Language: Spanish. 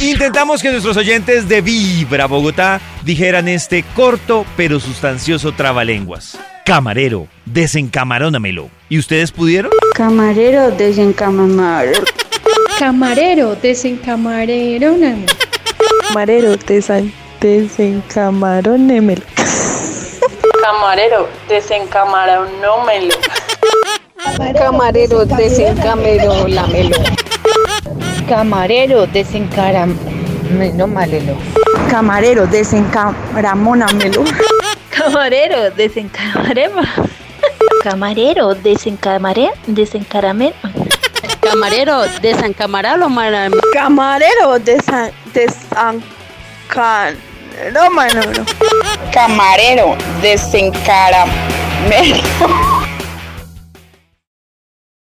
Intentamos que nuestros oyentes de Vibra Bogotá dijeran este corto pero sustancioso trabalenguas. Camarero, desencamarónamelo. ¿Y ustedes pudieron? Camarero desencamamar. Camarero, desencamarero. nano. Camarero, desan- desencamarónemelo. Camarero, desencamarándomelo. Camarero, desencamero, lamelo. Camarero, desencaram... No malelo. Camarero, desencamramónamelo. Camarero, desencamarema. Camarero, desencamaré, desencaramé. Camarero, desencamaralo, mara. Camarero, desan... desancarómanolo. Camarero, desencaramelo.